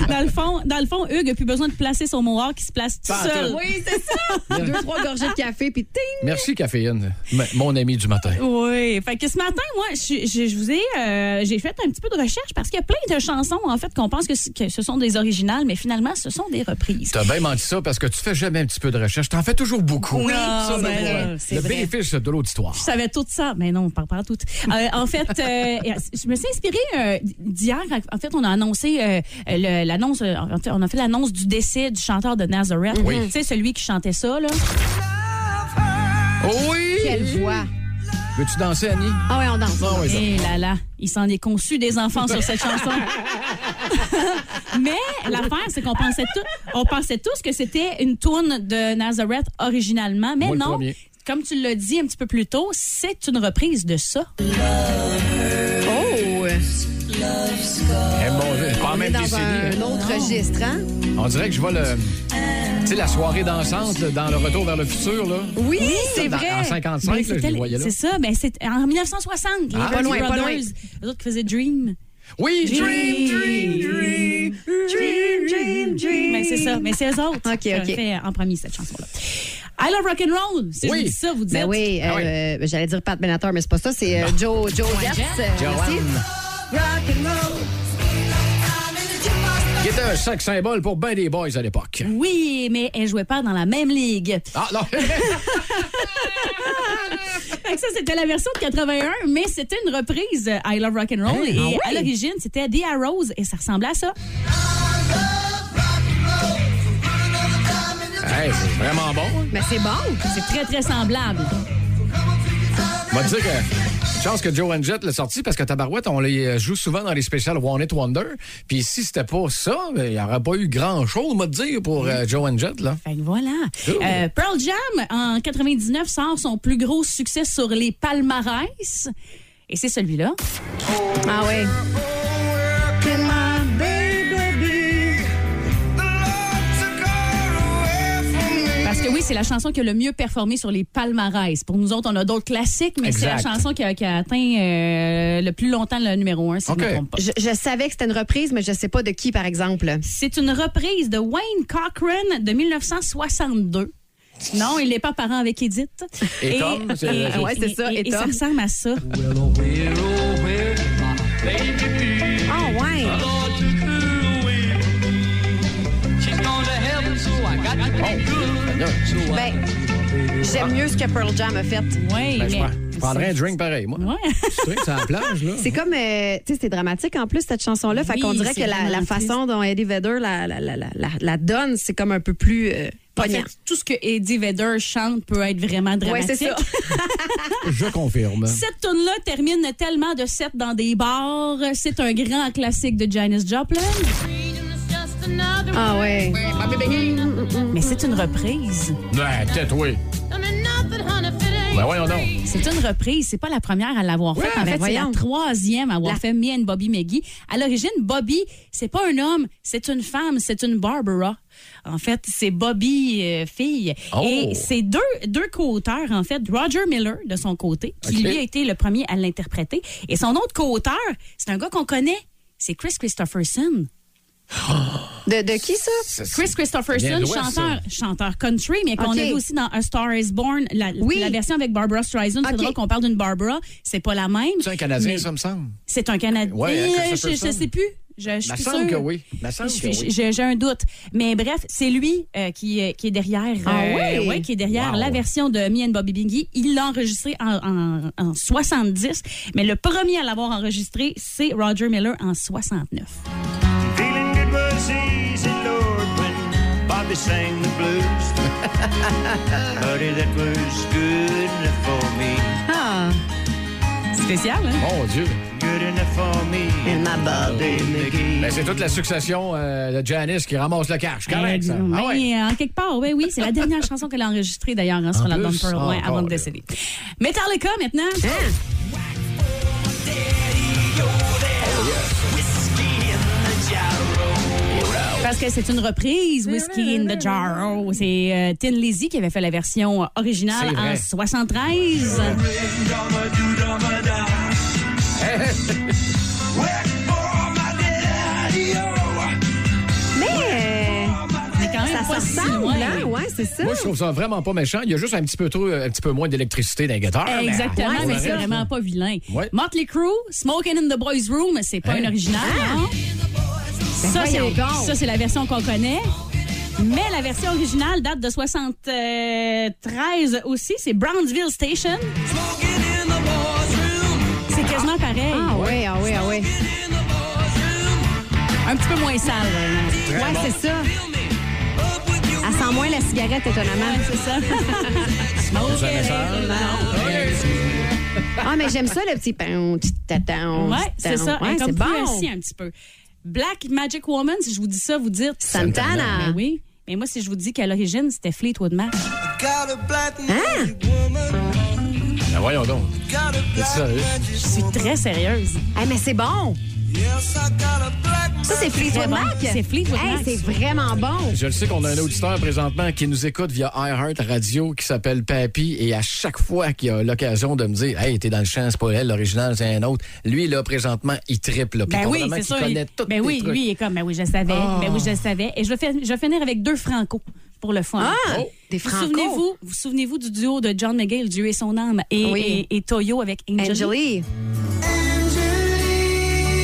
[SPEAKER 11] Dans le fond, dans le fond, Hugues n'a plus besoin de placer son mouroir qui se place tout
[SPEAKER 9] Pas
[SPEAKER 11] seul.
[SPEAKER 10] Oui, c'est ça. Deux, trois gorgées de café, puis ting.
[SPEAKER 9] Merci, caféine, m- mon ami du matin.
[SPEAKER 11] Oui. Fait que ce matin, moi, je, je- je vous ai, euh, j'ai fait un petit peu de recherche parce qu'il y a plein de chansons, en fait, qu'on pense que, c- que ce sont des originales, mais finalement, ce sont des reprises.
[SPEAKER 9] T'as bien menti ça parce que tu fais jamais un petit peu de recherche. T'en fais toujours beaucoup.
[SPEAKER 11] Oui,
[SPEAKER 9] ça,
[SPEAKER 11] c'est
[SPEAKER 9] le
[SPEAKER 11] vrai,
[SPEAKER 9] voilà.
[SPEAKER 11] c'est
[SPEAKER 9] Le
[SPEAKER 11] vrai.
[SPEAKER 9] bénéfice de l'auditoire.
[SPEAKER 11] Je savais tout ça, mais non, on parle pas à tout. Euh, en fait, euh, je me suis inspirée euh, d'hier. En fait, on a annoncé euh, le- l'annonce. euh, en fait, On a fait l'annonce du décès du chanteur de Nazareth.
[SPEAKER 9] Oui.
[SPEAKER 11] Tu sais, celui qui chantait ça là.
[SPEAKER 9] Oui!
[SPEAKER 10] Quelle voix.
[SPEAKER 9] Veux-tu danser, Annie?
[SPEAKER 10] Ah ouais, on danse.
[SPEAKER 9] Non, oui, ça.
[SPEAKER 11] Eh là là, il s'en est conçu des enfants sur cette chanson. Mais l'affaire, c'est qu'on pensait tous, on pensait tous que c'était une tourne de Nazareth originalement, mais
[SPEAKER 9] Moi, le
[SPEAKER 11] non.
[SPEAKER 9] premier.
[SPEAKER 11] Comme tu l'as dit un petit peu plus tôt, c'est une reprise de ça. Ah,
[SPEAKER 10] Oh!
[SPEAKER 9] Eh, mon Dieu, pas en
[SPEAKER 10] On est
[SPEAKER 9] même
[SPEAKER 10] dans un,
[SPEAKER 9] décennie. hein.
[SPEAKER 10] autre registre, hein?
[SPEAKER 9] On dirait que je vois le. Tu sais, la soirée dansante là, dans le retour vers le futur, là.
[SPEAKER 10] Oui, c'est
[SPEAKER 9] dans-
[SPEAKER 10] vrai.
[SPEAKER 9] En 55,
[SPEAKER 11] Ben,
[SPEAKER 9] là, je
[SPEAKER 11] c'était-
[SPEAKER 9] les voyais là.
[SPEAKER 11] C'est ça, ben, c'est en 1960, les
[SPEAKER 9] Ah,
[SPEAKER 11] Blues
[SPEAKER 10] pas loin, pas
[SPEAKER 11] Brothers,
[SPEAKER 10] loin.
[SPEAKER 11] les autres qui faisaient Dream.
[SPEAKER 9] Oui! Dream, dream, dream!
[SPEAKER 10] Dream, dream, dream.
[SPEAKER 11] Ben, c'est ça, mais c'est eux autres
[SPEAKER 10] Ok,
[SPEAKER 11] qui ont
[SPEAKER 10] ok.
[SPEAKER 11] fait en premier cette chanson-là. I love rock and roll. Si
[SPEAKER 9] Oui.
[SPEAKER 11] je vous dis ça, vous dites.
[SPEAKER 10] Ben oui,
[SPEAKER 9] Ah oui.
[SPEAKER 10] euh, ben, j'allais dire Pat Benatar, mais c'est pas ça, c'est euh, Joe, Joe Jeffs. euh, merci.
[SPEAKER 9] Joanne. Qui était un sac symbole pour ben des boys à l'époque.
[SPEAKER 11] Oui, mais elle jouait pas dans la même ligue.
[SPEAKER 9] Ah non!
[SPEAKER 11] Fait que ça, c'était la version de 81, mais c'était une reprise euh, I Love Rock and
[SPEAKER 9] Hein? Ah
[SPEAKER 11] Roll. et à l'origine, c'était The Arrows et ça ressemblait à ça.
[SPEAKER 9] Hey, c'est vraiment bon.
[SPEAKER 10] Mais Ben, c'est bon.
[SPEAKER 11] C'est très, très semblable.
[SPEAKER 9] On va te dire que. Chance que Joe and Jet l'a sorti parce que Tabarouette, on les euh, joue souvent dans les spéciales One It Wonder. Puis si c'était pas ça, ben, il n'y aurait pas eu grand chose, on va te dire, pour euh, Joe and Jet, là.
[SPEAKER 11] Fait que voilà.
[SPEAKER 9] Cool.
[SPEAKER 11] Euh, Pearl Jam, en 99, sort son plus gros succès sur les palmarès. Et c'est celui-là.
[SPEAKER 10] Ah ouais.
[SPEAKER 11] c'est la chanson qui a le mieux performé sur les palmarès. Pour nous autres, on a d'autres classiques, mais c'est la
[SPEAKER 10] Exact.
[SPEAKER 11] chanson qui a, qui a atteint euh, le plus longtemps le numéro un, si je ne me trompe pas.
[SPEAKER 10] Je, je savais que c'était une reprise, mais je sais pas de qui, par exemple.
[SPEAKER 11] C'est une reprise de Wayne Cochran de 1962. Non, il n'est pas parent avec Edith.
[SPEAKER 8] Et Tom, c'est- Ouais, c'est ça,
[SPEAKER 11] et-
[SPEAKER 8] et
[SPEAKER 11] et ça
[SPEAKER 8] Tom.
[SPEAKER 11] ressemble à ça.
[SPEAKER 8] Ah
[SPEAKER 10] ouais. Ben, j'aime mieux ce que Pearl Jam a fait.
[SPEAKER 11] Oui,
[SPEAKER 9] Ben, je prends- je prendrais un drink pareil, moi. Tu drink sur la plage, là.
[SPEAKER 10] C'est comme, euh, tu sais, c'est dramatique en plus cette chanson-là. fait
[SPEAKER 11] Mm-hmm. Oui,
[SPEAKER 10] qu'on dirait que
[SPEAKER 11] c'est
[SPEAKER 10] la, la
[SPEAKER 11] vraiment
[SPEAKER 10] façon dont Eddie Vedder la, la, la, la, la- la donne, c'est comme un peu plus euh,
[SPEAKER 11] En
[SPEAKER 10] poignant.
[SPEAKER 11] fait, tout ce que Eddie Vedder chante peut être vraiment
[SPEAKER 10] Ouais,
[SPEAKER 11] dramatique.
[SPEAKER 10] c'est ça.
[SPEAKER 9] Je confirme.
[SPEAKER 11] Cette tune là termine tellement de sets dans des bars. C'est un grand classique de Janis Joplin.
[SPEAKER 10] Ah ouais.
[SPEAKER 11] Mais c'est une reprise.
[SPEAKER 9] Ouais, tatoué. Ben voyons donc.
[SPEAKER 11] C'est une reprise. C'est pas la première à l'avoir
[SPEAKER 9] Ouais,
[SPEAKER 11] faite. En
[SPEAKER 9] ben
[SPEAKER 11] fait, c'est la
[SPEAKER 9] voyons.
[SPEAKER 11] troisième à avoir
[SPEAKER 9] La-
[SPEAKER 11] fait Me and Bobby McGee. À l'origine, Bobby, c'est pas un homme, c'est une femme, c'est une Barbara. En fait, c'est Bobby euh, fille.
[SPEAKER 8] Oh.
[SPEAKER 11] Et c'est deux, deux co-auteurs, en fait. Roger Miller, de son côté, qui
[SPEAKER 8] Ok.
[SPEAKER 11] lui a été le premier à l'interpréter. Et son autre co-auteur, c'est un gars qu'on connaît. C'est Chris Christopherson.
[SPEAKER 10] De, de qui ça?
[SPEAKER 11] Chris
[SPEAKER 10] Ça vient
[SPEAKER 11] Christopherson,
[SPEAKER 10] d'ouest,
[SPEAKER 11] chanteur, chanteur country, mais qu'on
[SPEAKER 10] Ok.
[SPEAKER 11] a vu aussi dans A Star Is Born, la, la version avec Barbara Streisand. C'est
[SPEAKER 9] Ok.
[SPEAKER 11] drôle qu'on parle d'une Barbara, c'est pas la même.
[SPEAKER 9] C'est un Canadien,
[SPEAKER 11] mais
[SPEAKER 9] ça me semble.
[SPEAKER 11] C'est un Canadien.
[SPEAKER 9] Ouais, hein,
[SPEAKER 11] je,
[SPEAKER 9] Christopherson.
[SPEAKER 11] je sais plus. Je, je suis
[SPEAKER 9] Me
[SPEAKER 11] plus
[SPEAKER 9] semble
[SPEAKER 11] sûre.
[SPEAKER 9] que oui. Me semble
[SPEAKER 11] Je
[SPEAKER 9] que
[SPEAKER 11] suis-
[SPEAKER 9] oui.
[SPEAKER 11] J'ai j'ai un doute. Mais bref, c'est lui euh, qui, euh, qui est derrière.
[SPEAKER 9] Ah
[SPEAKER 11] euh,
[SPEAKER 9] ouais?
[SPEAKER 11] ouais, qui est derrière
[SPEAKER 9] Wow.
[SPEAKER 11] la version de Me and Bobby Bingy. Il l'a enregistré en, en, en 70, mais le premier à l'avoir enregistré, c'est Roger Miller en 69.
[SPEAKER 8] Feeling it was easy, Lord, when Bobby sang the blues. Buddy, that was good enough for me.
[SPEAKER 11] Ah. Spécial, hein?
[SPEAKER 9] Mon Dieu.
[SPEAKER 8] Good enough for me. In my Bobby McGee.
[SPEAKER 9] Ben, c'est toute la succession euh, de Janice qui ramasse le cash. Correct, ça.
[SPEAKER 11] Ben
[SPEAKER 9] Ah
[SPEAKER 11] Oui, euh, en quelque part, oui, oui. C'est la dernière chanson qu'elle a enregistrée, d'ailleurs, hein, sur
[SPEAKER 9] En
[SPEAKER 11] l'album
[SPEAKER 9] plus,
[SPEAKER 11] Pearl,
[SPEAKER 9] ah,
[SPEAKER 11] ouais,
[SPEAKER 9] encore,
[SPEAKER 11] avant de
[SPEAKER 9] là.
[SPEAKER 11] décéder. Metallica, maintenant. Parce que c'est une reprise, Whiskey in the Jar. Oh, C'est euh, Tin Lizzy qui avait fait la version euh, originale
[SPEAKER 8] C'est vrai.
[SPEAKER 11] en 73.
[SPEAKER 10] Mais, euh,
[SPEAKER 11] quand même
[SPEAKER 10] ça
[SPEAKER 11] pas
[SPEAKER 10] se
[SPEAKER 11] si
[SPEAKER 10] ressemble,
[SPEAKER 11] loin.
[SPEAKER 10] hein? Ouais, c'est ça.
[SPEAKER 9] Moi, je trouve ça vraiment pas méchant. Il y a juste un petit peu, trop, un petit peu moins d'électricité dans les guitares. mais-
[SPEAKER 11] Exactement,
[SPEAKER 9] Pour
[SPEAKER 11] mais
[SPEAKER 9] le
[SPEAKER 11] c'est
[SPEAKER 9] reste,
[SPEAKER 11] vraiment pas vilain.
[SPEAKER 9] Ouais.
[SPEAKER 11] Motley Crue, Smoking in the Boys Room, c'est pas
[SPEAKER 9] Hein?
[SPEAKER 11] un original. non? Ça, c'est,
[SPEAKER 10] Ben voyons donc.
[SPEAKER 11] ça, c'est la version qu'on connaît. Mais la version originale date de 73 aussi. C'est Brownsville Station. C'est quasiment pareil.
[SPEAKER 10] Ah ouais, ah ouais, ah ouais.
[SPEAKER 11] Un petit peu moins sale. euh, vraiment.
[SPEAKER 10] Ouais, c'est ça. Elle sent moins la cigarette, étonnamment.
[SPEAKER 11] c'est ça.
[SPEAKER 9] C'est un message.
[SPEAKER 10] Ah, mais j'aime ça, le petit pain, petit taton.
[SPEAKER 11] Ouais,
[SPEAKER 10] petit
[SPEAKER 11] c'est ça.
[SPEAKER 10] taton. Ouais,
[SPEAKER 11] Elle est
[SPEAKER 10] c'est
[SPEAKER 11] comme plus
[SPEAKER 10] bon.
[SPEAKER 11] assis un petit peu. Black Magic Woman, si je vous dis ça, vous dites...
[SPEAKER 10] Santana.
[SPEAKER 11] Ben oui. Mais moi, si je vous dis qu'à l'origine, c'était Fleetwood Mac.
[SPEAKER 9] Ah,
[SPEAKER 10] Hein?
[SPEAKER 9] Ben, voyons donc. C'est hein. sérieux?
[SPEAKER 11] Je suis très sérieuse.
[SPEAKER 10] Hey, mais c'est bon. Ça, c'est Fleetwood
[SPEAKER 11] Très bon.
[SPEAKER 10] Mac?
[SPEAKER 11] C'est Fleetwood
[SPEAKER 10] Hey,
[SPEAKER 11] Mac.
[SPEAKER 10] c'est vraiment bon.
[SPEAKER 9] Je le sais qu'on a un auditeur présentement qui nous écoute via iHeart Radio qui s'appelle Papy et à chaque fois qu'il a l'occasion de me dire Hey, t'es dans le champ, c'est pas elle, l'original, c'est un autre, lui, là, présentement, il triple. Là, Puis
[SPEAKER 11] Ben oui,
[SPEAKER 9] probablement
[SPEAKER 11] c'est
[SPEAKER 9] qu'il
[SPEAKER 11] ça.
[SPEAKER 9] connaît
[SPEAKER 11] il-
[SPEAKER 9] tous
[SPEAKER 11] ben
[SPEAKER 9] les
[SPEAKER 11] oui,
[SPEAKER 9] trucs.
[SPEAKER 11] lui, il est comme, ben oui, je savais,
[SPEAKER 9] Ah.
[SPEAKER 11] ben oui, je savais. Et je vais, faire- je vais finir avec deux Franco pour le fun.
[SPEAKER 10] Ah, Oh. des
[SPEAKER 11] Vous
[SPEAKER 10] Franco.
[SPEAKER 11] Souvenez-vous, vous souvenez-vous du duo de John McGill, Dieu et son âme, et,
[SPEAKER 10] Oui.
[SPEAKER 11] et, et Toyo avec Angel.
[SPEAKER 10] Angélie.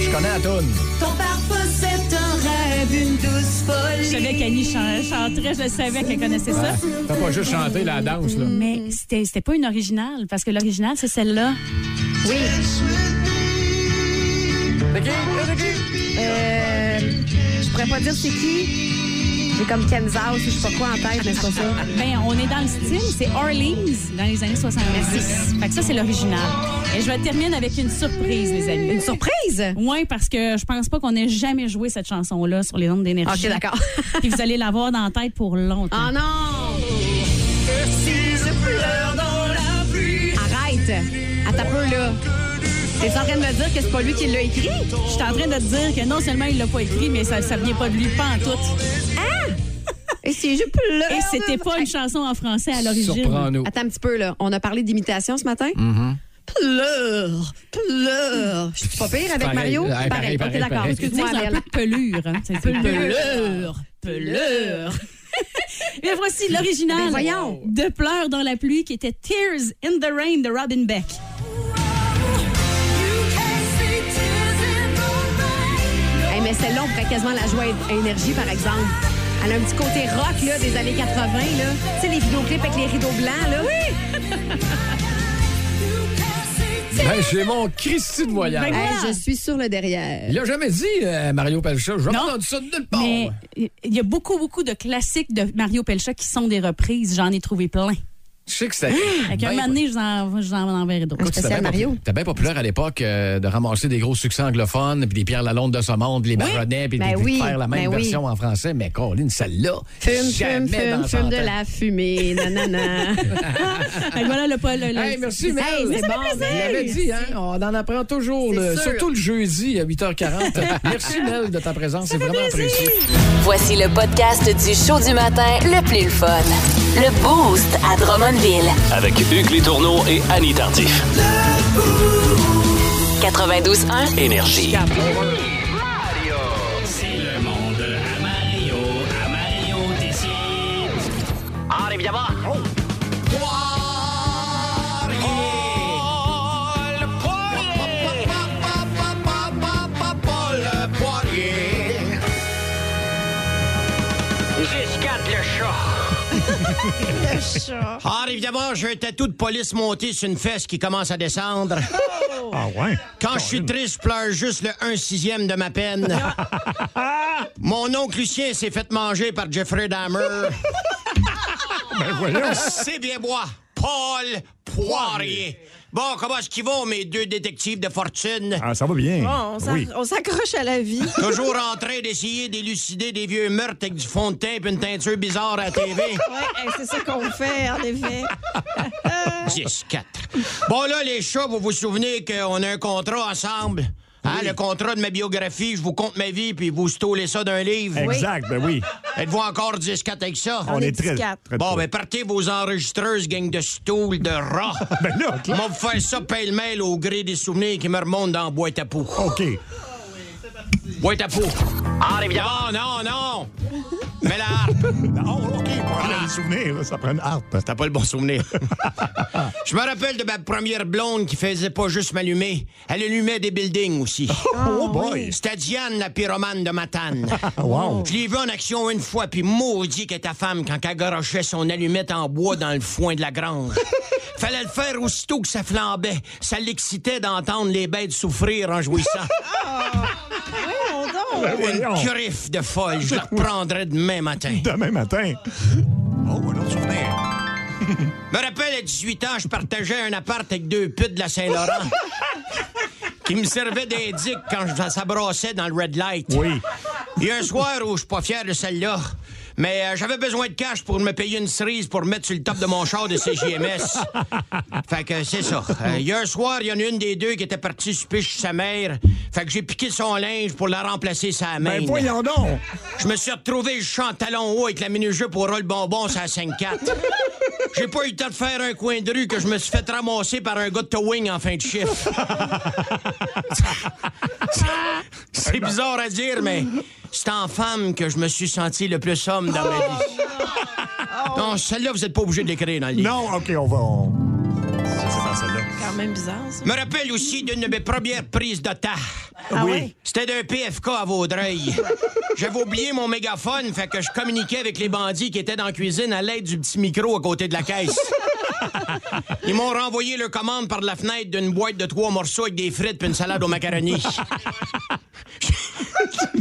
[SPEAKER 9] Je connais la toune.
[SPEAKER 11] Ton parfum, c'est un rêve, une douce folie. Je savais qu'Annie chan- chanterait, je le savais qu'elle connaissait ça.
[SPEAKER 9] Ouais. T'as pas juste chanté la danse, là.
[SPEAKER 11] Mais c'était c'était pas une originale, parce que l'original, c'est celle-là.
[SPEAKER 10] Oui. Euh, je pourrais pas dire c'est qui. J'ai comme Kenza ou je sais pas quoi en tête, mais c'est pas ça.
[SPEAKER 11] Ben, on est dans le style, c'est Orleans dans les années 70. Fait que ça, c'est l'original. Et je vais terminer avec une surprise, les amis. Une
[SPEAKER 10] surprise?
[SPEAKER 11] Oui, parce que je pense pas qu'on ait jamais joué cette chanson-là sur les ondes d'énergie.
[SPEAKER 10] Ok, d'accord.
[SPEAKER 11] Puis vous allez l'avoir dans la tête pour longtemps.
[SPEAKER 10] Oh non! Arrête! À ta peu, là. T'es en train de me dire que c'est pas lui qui l'a écrit?
[SPEAKER 11] Je suis en train de te dire que non seulement il l'a pas écrit, mais ça, ça vient pas de lui, pas en tout.
[SPEAKER 10] Hein? Et si je pleure.
[SPEAKER 11] Et c'était pas une chanson en français à l'origine.
[SPEAKER 10] Attends un petit peu, là. On a parlé d'imitation ce matin?
[SPEAKER 11] Mm.
[SPEAKER 10] Pleure, pleure. Je suis pas pire avec
[SPEAKER 11] Pareil,
[SPEAKER 10] Mario?
[SPEAKER 11] pareil, pareil,
[SPEAKER 10] ok,
[SPEAKER 11] pareil,
[SPEAKER 10] d'accord.
[SPEAKER 11] pareil.
[SPEAKER 10] Excuse-moi,
[SPEAKER 11] Tu sais, c'est un
[SPEAKER 10] Amel.
[SPEAKER 11] peu de pelure, hein. C'est- c'est-
[SPEAKER 10] Pelure,
[SPEAKER 11] pelure. Mais voici l'original
[SPEAKER 10] Ben voyons.
[SPEAKER 11] de Pleurs dans la pluie qui était Tears in the Rain de Robin Beck.
[SPEAKER 10] Hey, mais celle-là, on pourrait quasiment la jouer à énergie, par exemple. Elle a un petit côté rock là, des années 80. Là. Tu sais, les vidéoclips avec les rideaux blancs. Là.
[SPEAKER 9] Ben, j'ai mon Christy de
[SPEAKER 11] Ben,
[SPEAKER 9] voyage.
[SPEAKER 10] Hey, je suis sur le derrière.
[SPEAKER 9] Il l'a jamais dit, euh, Mario Pelcha. J'ai
[SPEAKER 11] Non.
[SPEAKER 9] entendu ça de nulle part.
[SPEAKER 11] Mais il y a beaucoup, beaucoup de classiques de Mario Pelcha qui sont des reprises. J'en ai trouvé plein.
[SPEAKER 9] Je sais que c'était.
[SPEAKER 10] Mmh,
[SPEAKER 11] Fait qu'un moment donné, je vous en- je vous en enverrai d'autres.
[SPEAKER 9] Ben, Écoute, c'était bien populaire- C'était bien populaire à l'époque euh, de ramasser des gros succès anglophones, puis des Pierre Lalonde de ce monde, puis les
[SPEAKER 10] Oui.
[SPEAKER 9] Baronnets, puis
[SPEAKER 10] Ben
[SPEAKER 9] de- de
[SPEAKER 10] oui,
[SPEAKER 9] faire la même
[SPEAKER 10] ben oui.
[SPEAKER 9] version en français. Mais Colin, celle-là,
[SPEAKER 10] Fume,
[SPEAKER 9] jamais
[SPEAKER 10] fume, fume,
[SPEAKER 9] dans
[SPEAKER 10] fume
[SPEAKER 9] 100
[SPEAKER 10] de
[SPEAKER 9] ans.
[SPEAKER 10] la fumée. Nanana.
[SPEAKER 11] Fait que voilà le pas le. le-
[SPEAKER 9] Hey, merci, Mel.
[SPEAKER 10] Hey, c'est
[SPEAKER 9] Ça fait
[SPEAKER 10] bon,
[SPEAKER 9] plaisir.
[SPEAKER 10] ben,
[SPEAKER 9] Il avait dit, hein, on en apprend toujours,
[SPEAKER 10] C'est
[SPEAKER 9] le-
[SPEAKER 10] sûr.
[SPEAKER 9] surtout le jeudi à 8h40. merci, Mel, de ta présence. C'est vraiment apprécié.
[SPEAKER 1] Voici le podcast du show du matin le plus le fun. Le Boost à Drummondville.
[SPEAKER 2] Avec Hugues Létourneau et Annie Tardif.
[SPEAKER 1] 92.1.
[SPEAKER 2] Énergie.
[SPEAKER 8] Ah,
[SPEAKER 12] Ah, évidemment, j'ai un tatou de police monté sur une fesse qui commence à descendre.
[SPEAKER 5] Ah ouais.
[SPEAKER 12] Quand je suis triste, je pleure juste le 1 sixième de ma peine. Mon oncle Lucien s'est fait manger par Jeffrey Dahmer.
[SPEAKER 5] Ben voyons.
[SPEAKER 12] C'est bien moi, Paul Poirier. Bon, comment est-ce qu'ils vont, mes deux détectives de fortune?
[SPEAKER 5] Ah, ça va bien.
[SPEAKER 6] Bon, on s'ac-
[SPEAKER 5] oui.
[SPEAKER 6] on s'accroche à la vie.
[SPEAKER 12] Toujours en train d'essayer d'élucider des vieux meurtres avec du fond de teint et une teinture bizarre à la TV.
[SPEAKER 6] Ouais, hey, c'est ça qu'on fait, en effet.
[SPEAKER 12] 10-4. Bon, là, les chats, vous vous souvenez qu'on a un contrat ensemble? Hein, Le contrat de ma biographie, je vous compte ma vie, puis vous stolez ça d'un livre.
[SPEAKER 5] Exact, ben oui.
[SPEAKER 12] Êtes-vous encore 10-4 avec ça?
[SPEAKER 5] On,
[SPEAKER 6] est
[SPEAKER 5] est très,
[SPEAKER 6] 14.
[SPEAKER 5] très
[SPEAKER 12] Bon,
[SPEAKER 5] très-
[SPEAKER 12] ben partez vos enregistreuses, gang de stools, de rats.
[SPEAKER 5] Ben là, OK.
[SPEAKER 12] On va vous faire ça pêle-mêle au gré des souvenirs qui me remontent dans la boîte à Ah poux.
[SPEAKER 5] OK.
[SPEAKER 12] Boîte à poux. Ah, évidemment. Non, non, non. Mais la harpe.
[SPEAKER 5] Non, OK, pour aller les souvenirs, là, ça prend une harpe.
[SPEAKER 12] T'as pas le bon souvenir. Je me rappelle de ma première blonde qui faisait pas juste m'allumer. Elle allumait des buildings aussi.
[SPEAKER 5] Oh, boy.
[SPEAKER 12] C'était Diane, la pyromane de Matane.
[SPEAKER 5] Wow.
[SPEAKER 12] Je l'ai vue en action une fois, puis maudit que ta femme quand elle garochait son allumette en bois dans le foin de la grange. Fallait le faire aussitôt que ça flambait. Ça l'excitait d'entendre les bêtes souffrir en jouissant.
[SPEAKER 6] Ah, Voyons donc.
[SPEAKER 5] Ben voyons.
[SPEAKER 12] Une griffe de folle, je la reprendrai demain matin.
[SPEAKER 5] Demain matin. Oh, un autre souvenir.
[SPEAKER 12] Me rappelle, à 18 ans, je partageais un appart avec deux putes de la Saint-Laurent qui me servaient d'indic quand je s'abrassais dans le red light.
[SPEAKER 5] Oui.
[SPEAKER 12] Et un soir où je suis pas fier de celle-là, mais euh, j'avais besoin de cash pour me payer une cerise pour mettre sur le top de mon char de CJMS. fait que c'est ça. Euh, Il y a un soir, il y en a une des deux qui était partie souper chez sa mère. Fait que j'ai piqué son linge pour la remplacer sa main.
[SPEAKER 5] Ben voyons donc.
[SPEAKER 12] Je me suis retrouvé le chant talon haut avec la mini-jupe au roll bonbon sur la 5-4. J'ai pas eu le temps de faire un coin de rue que je me suis fait ramasser par un gars de towing en fin de chiffre.
[SPEAKER 8] Ah,
[SPEAKER 12] C'est bizarre à dire, mais c'est en femme que je me suis senti le plus homme dans ma vie. Non, celle-là, vous êtes pas obligé de l'écrire dans le livre.
[SPEAKER 5] Non, OK, on va. On... C'est pas celle-là.
[SPEAKER 6] Quand même bizarre, ça.
[SPEAKER 12] Je me rappelle aussi d'une de mes premières prises de tas.
[SPEAKER 6] Ah
[SPEAKER 5] oui.
[SPEAKER 6] ouais?
[SPEAKER 12] C'était d'un PFK à Vaudreuil. J'avais oublié mon mégaphone, fait que je communiquais avec les bandits qui étaient dans la cuisine à l'aide du petit micro à côté de la caisse. Ils m'ont renvoyé leur commande par la fenêtre d'une boîte de trois morceaux avec des frites puis une salade aux macaroni.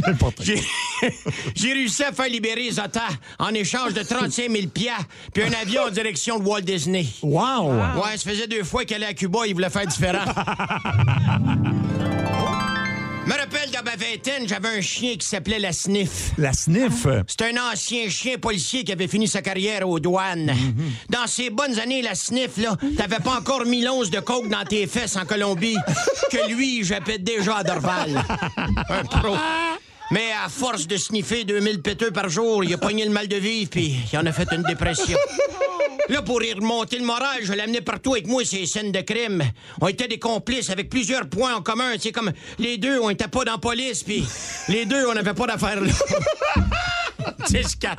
[SPEAKER 5] N'importe quoi.
[SPEAKER 12] J'ai- J'ai réussi à faire libérer Zota en échange de 35 000 piastres puis un avion en direction de Walt Disney.
[SPEAKER 5] Wow.
[SPEAKER 12] Ouais, ça faisait deux fois qu'elle allait à Cuba, il voulait faire différent. Me rappelle dans ma vingtaine, j'avais un chien qui s'appelait la Sniff. Ah.
[SPEAKER 5] La sniff.
[SPEAKER 12] C'est un ancien chien policier qui avait fini sa carrière aux douanes.
[SPEAKER 5] Mhm.
[SPEAKER 12] Dans ses bonnes années, la Sniff, là, t'avais pas encore mis l'once de coke dans tes
[SPEAKER 5] Ah.
[SPEAKER 12] fesses en Colombie, que lui, j'appelle déjà à Dorval. Un pro. Mais à force de sniffer 2000 péteux par jour, il a pogné le mal de vivre, puis il en a fait une dépression. Là, pour y remonter le moral, je l'amenais partout avec moi ces scènes de crime. On était des complices avec plusieurs points en commun. C'est comme les deux, on était pas dans la police, puis les deux, on n'avait pas d'affaires là. 10-4.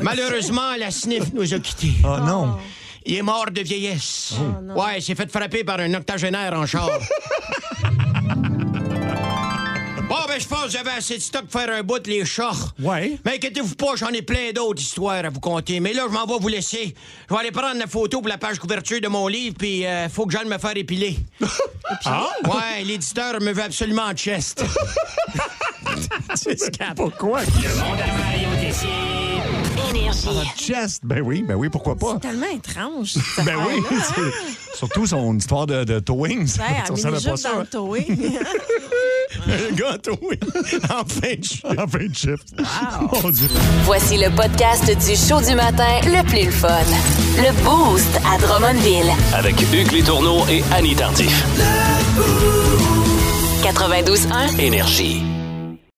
[SPEAKER 12] Malheureusement, la sniff nous a quittés.
[SPEAKER 5] Oh non.
[SPEAKER 12] Il est mort de vieillesse. ouais, il s'est fait frapper par un octogénaire en char. Bon, ben, je pense que j'avais assez de stock pour faire un bout de les chats. Ouais. Mais inquiétez-vous pas, j'en ai plein d'autres histoires à vous conter. Mais là, je m'en vais vous laisser. Je vais aller prendre la photo pour la page couverture de mon livre, puis euh, faut que j'aille me faire épiler.
[SPEAKER 8] Ah?
[SPEAKER 12] Ouais, l'éditeur me veut absolument en chest.
[SPEAKER 5] Pourquoi?
[SPEAKER 8] Le monde à Mario Tessier. Énergie.
[SPEAKER 5] Chest, ben oui, ben oui, pourquoi pas?
[SPEAKER 6] C'est tellement étrange. hein?
[SPEAKER 5] Ben oui, c'est- surtout son histoire de, de towing.
[SPEAKER 6] Ouais, Ben,
[SPEAKER 5] on
[SPEAKER 6] elle
[SPEAKER 5] savait
[SPEAKER 6] mini-jupe
[SPEAKER 5] pas ça.
[SPEAKER 6] dans le towing.
[SPEAKER 5] Un gars towing. En fin de shift. En fin de shift. Mon Dieu.
[SPEAKER 1] Voici le podcast du show du matin le plus le fun. Le Boost à Drummondville.
[SPEAKER 2] Avec Hugues Létourneau et Annie Tardif.
[SPEAKER 1] 92.1.
[SPEAKER 2] Énergie.